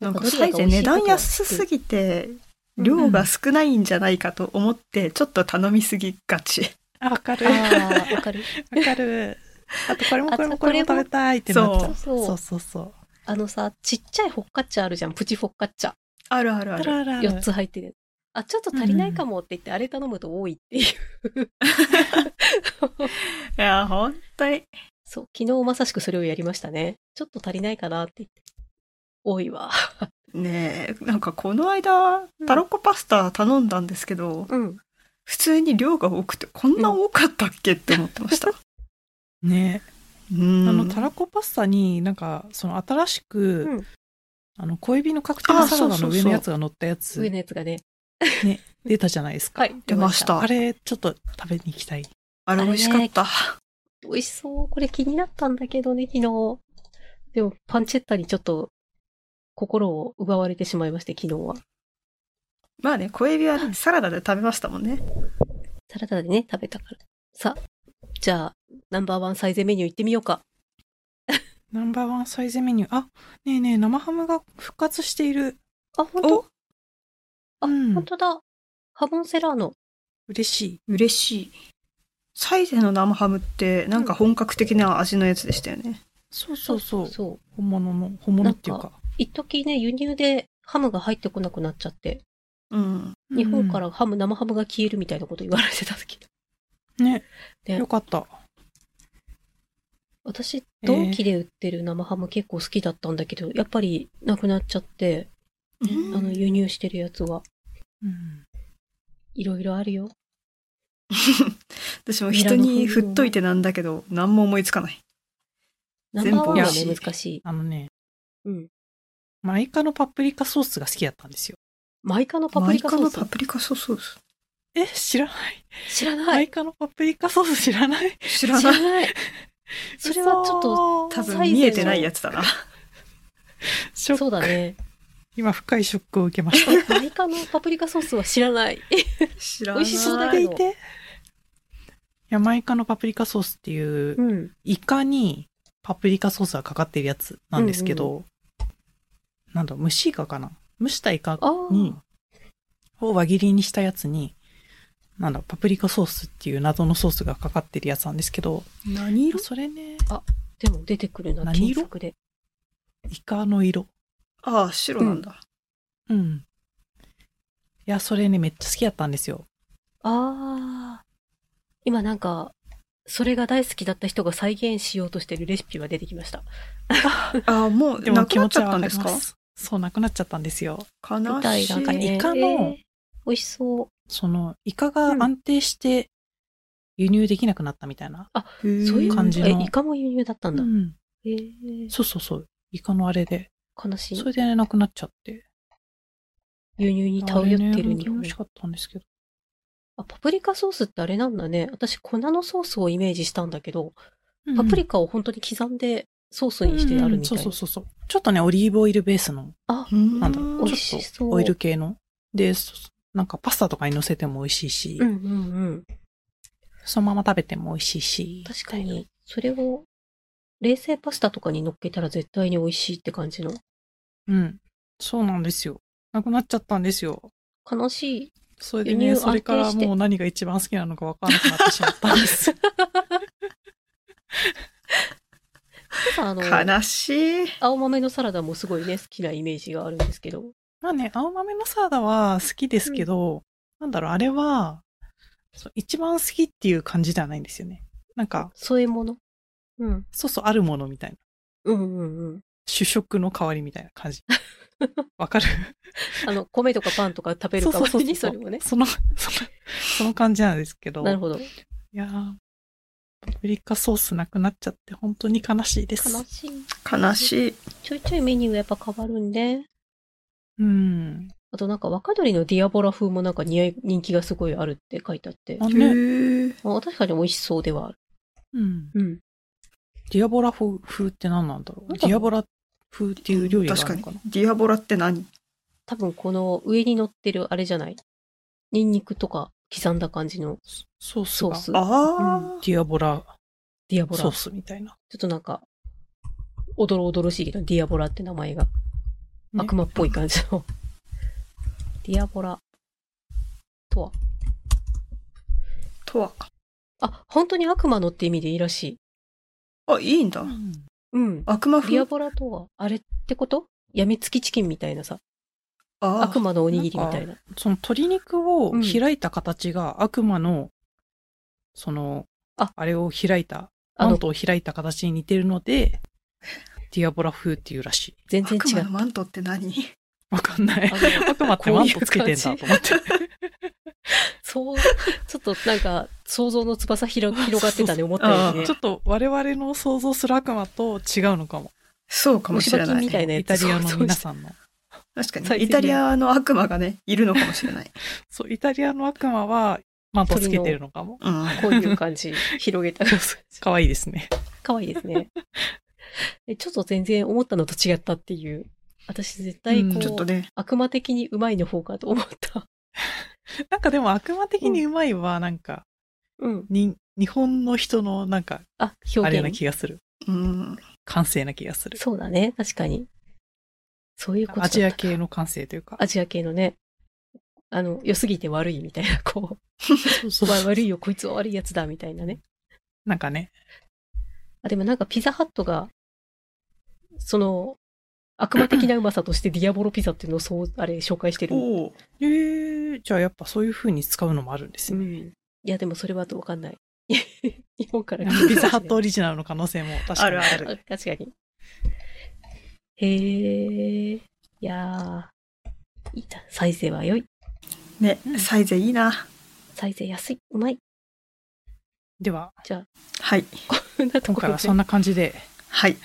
Speaker 1: ーなんかサイゼ値段安すぎて、量が少ないんじゃないかと思って、ちょっと頼みすぎがち。
Speaker 3: あ、わかる。わ
Speaker 2: ああ、わかる。
Speaker 3: かる。あと、これもこれ
Speaker 2: あ
Speaker 3: も
Speaker 2: と
Speaker 3: これも
Speaker 2: これも
Speaker 3: 食べたいってなっちゃ
Speaker 2: そう
Speaker 3: う。
Speaker 2: そう
Speaker 3: そうそうそう。
Speaker 2: あのさ、ちっちゃいフォッカッチャあるじゃん。プチフォッカッチャ。
Speaker 1: あるあるあ
Speaker 3: あ
Speaker 1: る。
Speaker 3: らあらあら
Speaker 2: 4つ入ってる。あ、ちょっと足りないかもって言って、あれ頼むと多いっていう。
Speaker 1: いやー、ほんとに。
Speaker 2: [LAUGHS] そう、昨日まさしくそれをやりましたね。ちょっと足りないかなって言って。多いわ。
Speaker 1: ねえ、なんかこの間、タロコパスタ頼んだんですけど、
Speaker 2: うん。
Speaker 1: 普通に量が多くて、こんな多かったっけって思ってま [LAUGHS] した。
Speaker 3: ね。
Speaker 1: うん
Speaker 3: あの、たらこパスタになんか、その新しく、
Speaker 2: うん
Speaker 3: あの、小エビのカクテルサラダの上のやつが乗ったや
Speaker 2: 上
Speaker 3: つ
Speaker 2: のやつがね。
Speaker 3: 出たじゃないですか。
Speaker 2: はい。
Speaker 1: 出ました。
Speaker 3: あれ、ちょっと食べに行きたい。
Speaker 1: あれ美味しかった。
Speaker 2: 美味しそう。これ気になったんだけどね、昨日。でも、パンチェッタにちょっと、心を奪われてしまいまして、昨日は。
Speaker 1: まあね、小エビはね、サラダで食べましたもんね。
Speaker 2: サラダでね、食べたから。さあ、じゃあ、ナンバーワンサイゼメニュー行ってみようか。
Speaker 3: ナンバーワンサイズメニュー。あ、ねえねえ、生ハムが復活している。
Speaker 2: あ、本
Speaker 1: お
Speaker 2: 当あ、
Speaker 3: うん
Speaker 2: 本当だ。ハモンセラーノ。
Speaker 3: 嬉しい。
Speaker 1: 嬉しい。サイゼの生ハムって、なんか本格的な味のやつでしたよね。
Speaker 3: そうそうそう。
Speaker 2: そう。
Speaker 3: 本物の、本物っていうか。
Speaker 2: 一時ね、輸入でハムが入ってこなくなっちゃって、
Speaker 1: うん。
Speaker 2: 日本か
Speaker 3: う
Speaker 2: らハム、生ハムが消えるみたいなこと言われてたんだけど。
Speaker 3: ん。ね。
Speaker 2: ね
Speaker 3: よかった。
Speaker 2: [LAUGHS] 私、ドンキで売ってる生ハム結構好きだったんだけど、やっぱりなくなっちゃって、あの、輸入してるやつは、
Speaker 3: うん。
Speaker 2: いろいろあるよ。
Speaker 1: 私も人に振っといてなんだけど、何も思いつかない。
Speaker 2: ナ
Speaker 1: 全部
Speaker 2: ンバーワンは
Speaker 3: 美
Speaker 2: ね、
Speaker 1: 味しい
Speaker 2: 難しい。
Speaker 3: あのね、
Speaker 2: うん。
Speaker 3: マイカのパプリカソースが好きだったんですよ。
Speaker 2: マイカのパプ
Speaker 1: マ
Speaker 2: リ
Speaker 1: イ
Speaker 2: カ
Speaker 1: カ
Speaker 2: ソ
Speaker 1: の
Speaker 2: ース
Speaker 1: パ。プリカソースソース。
Speaker 3: え、知らない、
Speaker 2: 知らな
Speaker 3: マ
Speaker 2: い
Speaker 3: イ。カのパプリカソース知らない
Speaker 1: 知ら
Speaker 2: 知
Speaker 1: ない。
Speaker 2: らない。
Speaker 1: [LAUGHS]
Speaker 2: それはちょっと、
Speaker 3: と
Speaker 1: 多分
Speaker 2: サイゼの
Speaker 1: 見えてないやつだな。
Speaker 3: ショック
Speaker 2: そうだね。
Speaker 3: 今、深いショックを受けました。
Speaker 2: マイカのパプリカソースは知らない。
Speaker 1: 知ら
Speaker 2: 美味しそうだ
Speaker 3: 聞
Speaker 2: け
Speaker 3: い
Speaker 2: ど
Speaker 3: ていて。いや、マイカのパプリカソースっていう、
Speaker 2: うん。
Speaker 3: イカにパプリカソースがかかってるやつなんですけど、なんだろう、蒸しイカかな蒸したイカ
Speaker 2: ああ。
Speaker 3: に、を輪切りにしたやつに、なんだろう、パプリカソースっていう謎のソースがかかってるやつなんですけど、
Speaker 1: 何色
Speaker 3: それね、
Speaker 2: でも出てくるな、
Speaker 3: 何
Speaker 2: 検
Speaker 3: 色
Speaker 2: 索で。
Speaker 3: イカの色。
Speaker 1: ああ、白なんだ。
Speaker 3: うん。いや、それね、めっちゃ好きだったんですよ。
Speaker 2: ああ。今なんか、それが大好きだった人が再現しようとしてるレシピが出てきました。
Speaker 1: ああ、もう、
Speaker 3: でも
Speaker 1: なく
Speaker 3: 気
Speaker 1: な
Speaker 3: 持
Speaker 1: っち
Speaker 3: ち
Speaker 1: ゃっ
Speaker 3: は
Speaker 1: た
Speaker 3: わ
Speaker 1: ん
Speaker 3: か
Speaker 1: です
Speaker 3: りま
Speaker 1: か
Speaker 3: す。そう、なくなっちゃったんですよ。
Speaker 1: 悲
Speaker 2: みたい
Speaker 1: し
Speaker 2: なん
Speaker 1: い。
Speaker 2: かね。
Speaker 3: イカの
Speaker 2: えー美味しそう。
Speaker 3: その、イカが安定して輸入できなくなったみたいな。
Speaker 1: そう
Speaker 2: そういう
Speaker 3: 感じの
Speaker 2: え、イカも輸入だったんだ。
Speaker 3: うん
Speaker 2: えー
Speaker 3: そうそうそう。イカのあれで。
Speaker 2: 悲しい
Speaker 3: そ。れでね、なくなっちゃって。
Speaker 2: 輸入に頼
Speaker 3: あれ
Speaker 2: って
Speaker 3: ね
Speaker 2: る
Speaker 3: 本
Speaker 2: 日
Speaker 3: 当に美
Speaker 2: 本
Speaker 3: 味し。かったんですけど。
Speaker 2: あ、パプリカソースってあれなんだね。私、粉のソースをイメージしたんだけど、パプリカを本当に刻んでソースにしてあるみた
Speaker 3: そう
Speaker 2: い
Speaker 3: そ
Speaker 2: な
Speaker 3: う。そうそう。ちょっとね、オリーブオイルベースの、
Speaker 1: うん
Speaker 3: なんだろう、
Speaker 2: 美味
Speaker 3: ちょ
Speaker 2: し
Speaker 3: っ
Speaker 2: そ
Speaker 3: と
Speaker 2: う
Speaker 3: オイル系の。で、そなんかパスタとかに乗せても美味しいし、
Speaker 2: うんうんうん。
Speaker 3: そのまま食べても美味しいし。
Speaker 2: 確かに、それを、冷製パスタとかに乗っけたら絶対に美味しいって感じの。
Speaker 3: うん。そうなんですよ。なくなっちゃったんですよ。
Speaker 2: 悲しい。
Speaker 3: それで
Speaker 2: 輸
Speaker 3: ね、
Speaker 2: 入
Speaker 3: それか
Speaker 2: 安定
Speaker 3: ら
Speaker 2: して
Speaker 3: もう何が一番好きなのか分からなくなってしま
Speaker 2: [LAUGHS]
Speaker 3: ったんです。
Speaker 2: あの、
Speaker 1: 悲しい。
Speaker 2: 青豆のサラダもすごいね、好きなイメージがあるんですけど。
Speaker 3: まあね、青豆のサラダは好きですけど、なんだろう、あれは、そう一番好きっていう感じではないんですよね。なんか、
Speaker 2: 添え物。うん。
Speaker 3: そうそうあるものみたいな。
Speaker 2: うんうんうん。
Speaker 3: 主食の代わりみたいな
Speaker 2: [LAUGHS]
Speaker 3: 感じ。わかる
Speaker 2: あの、米とかパンとか食べる代わりにそれもね。
Speaker 3: その、その、その感じなんですけど。
Speaker 2: なるほど。
Speaker 3: いやーパプリカソースなくなっちゃって本当に悲しいです。
Speaker 2: 悲しい。
Speaker 1: 悲しい。
Speaker 2: ちょいちょいメニューやっぱ変わるんで。
Speaker 3: うん。
Speaker 2: あとなんか若鳥のディアボラ風もなんか似合い人気がすごいあるって書いてあって。
Speaker 3: あ
Speaker 1: へ
Speaker 3: ね、
Speaker 1: ー
Speaker 2: あ確かに美味しそうではある。
Speaker 3: うん。
Speaker 2: うん。
Speaker 3: ディアボラ風風って何なんだろう
Speaker 2: なんだ
Speaker 3: デ
Speaker 2: ろう
Speaker 3: ィアボラ風っていう料理があるの
Speaker 1: 確
Speaker 3: か
Speaker 1: か
Speaker 3: な
Speaker 1: に。ディアボラって何
Speaker 2: 多分この上に乗ってるあれじゃない。ニンニクとか刻んだ感じの
Speaker 3: ソース
Speaker 2: ソ
Speaker 3: が
Speaker 2: ース。
Speaker 1: あ
Speaker 3: ディアボラ
Speaker 2: ディアボラ。ち
Speaker 3: ソ
Speaker 2: ょ
Speaker 3: ースみたいな。
Speaker 2: っとなんか、おどろおどろしいけど、ディアボラって名前が。
Speaker 3: ね
Speaker 2: 悪魔っぽい感じの。ディアボラ。とは。
Speaker 1: あ、とは。
Speaker 2: あ、本当に悪魔のって意味でいいらしい。
Speaker 1: あ、いいんだ
Speaker 3: う。ん
Speaker 2: うん。
Speaker 1: 悪魔
Speaker 2: ディ
Speaker 1: 風
Speaker 2: アボラとは、あれってことやみつきチキンみたいなさ。
Speaker 1: あ
Speaker 2: 悪魔のおにぎりみたいな。
Speaker 3: その鶏肉を開いた形が悪魔の、その、
Speaker 2: あ
Speaker 3: あれを開いた、
Speaker 2: あ
Speaker 3: マン
Speaker 2: の、
Speaker 3: トを開いた形に似てるの [LAUGHS] で、ディアボラ風っていうらしい。
Speaker 2: 全然違
Speaker 1: 悪魔の
Speaker 2: う。
Speaker 1: マントって何
Speaker 3: わかんない。
Speaker 2: あの
Speaker 3: 悪魔ってマントつけてんだと思って。
Speaker 2: そう、 [LAUGHS] ちょっとなんか、想像の翼広広がってたね、思ったよりね
Speaker 3: ちょ。っと我々の想像する悪魔と違うのかも。
Speaker 1: そうかもしれ
Speaker 2: 虫歯
Speaker 1: な
Speaker 2: 菌
Speaker 1: い。
Speaker 2: みたいなや
Speaker 3: イ
Speaker 2: つ。
Speaker 3: タリアの皆さんの。
Speaker 1: 確か
Speaker 2: 最
Speaker 1: に。
Speaker 2: 近ね
Speaker 1: イタリアの悪魔がね、いるのかもしれ [LAUGHS] ない。
Speaker 3: そう、イタリアの悪魔はマントつけてるのかも。
Speaker 1: うん。
Speaker 2: そうそうそうこういう感じ、広げ [LAUGHS] た。
Speaker 3: [LAUGHS] かわいいですね。
Speaker 2: かわいいですね。えちょっと全然思ったのと違ったっていう。私絶対こう、
Speaker 3: うん
Speaker 1: ちょっとね、
Speaker 2: 悪魔的にうまいの方かと思った。
Speaker 3: なんかでも悪魔的にうまいは、なんか、
Speaker 2: うん。
Speaker 3: に、日本の人のなんか、
Speaker 2: あ、
Speaker 3: あれ
Speaker 2: 表
Speaker 3: な
Speaker 2: 現。
Speaker 3: 気がする。
Speaker 1: うん。
Speaker 3: 完成な気がする。
Speaker 2: そうだね、確かに。そういうことだ
Speaker 3: ア
Speaker 2: った
Speaker 3: ジ
Speaker 2: な
Speaker 3: ア系の完成というか。
Speaker 2: アジア系のね、あの、良すぎて悪いみたいな、こ
Speaker 3: そう
Speaker 2: う、
Speaker 3: そう
Speaker 2: わ悪いよ、こいつは悪いやつだ、みたいなね。
Speaker 3: なんかね。
Speaker 2: あ、でもなんかピザハットが、その、悪魔的なうまさとしてディアボロピザっていうのをそう、あれ、紹介してる。
Speaker 1: おう
Speaker 3: えー、じゃあやっぱそういう風に使うのもあるんです
Speaker 2: う
Speaker 3: ね。
Speaker 2: ん。いや、でもそれはわかんない。 [LAUGHS] 日本から
Speaker 3: ピザハットオリジナルの可能性も確かに
Speaker 1: あるある
Speaker 2: あ確かに。へえ。いやー。いいな。サイゼは良い。
Speaker 1: ね
Speaker 3: う、ん
Speaker 1: サイゼいいな。
Speaker 2: サイゼ安い。うまい。
Speaker 3: では、
Speaker 1: はい。
Speaker 2: こんなと
Speaker 3: 今
Speaker 2: ころ
Speaker 3: 回
Speaker 2: で
Speaker 3: はそんな感じで、
Speaker 1: はい。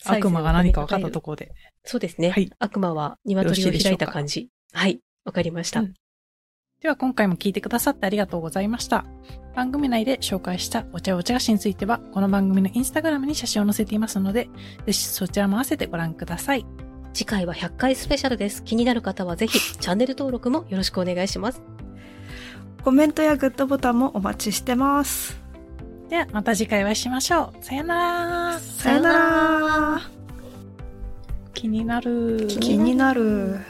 Speaker 2: サイゼ
Speaker 3: 悪
Speaker 2: を
Speaker 3: 魔が何か分かったところで。
Speaker 2: そうですね。
Speaker 3: はい
Speaker 2: 悪魔は鶏を
Speaker 3: よろしいでし
Speaker 2: 開
Speaker 3: ょ
Speaker 2: いう
Speaker 3: か
Speaker 2: た感じ。はい。わかりました。
Speaker 3: うんでは今回も聞いてくださってありがとうございました。番組内で紹介したお茶やお茶菓子については、この番組のインスタグラムに写真を載せていますので、ぜひそちらも合わせてご覧ください。
Speaker 2: 次回は100回スペシャルです。気になる方はぜひ、チャンネル登録もよろしくお願いします。
Speaker 1: コメントやグッドボタンもお待ちしてます。
Speaker 3: ではまた次回お会いしましょう。さよなら。
Speaker 1: さよなら。
Speaker 3: 気になる。
Speaker 1: 気になる。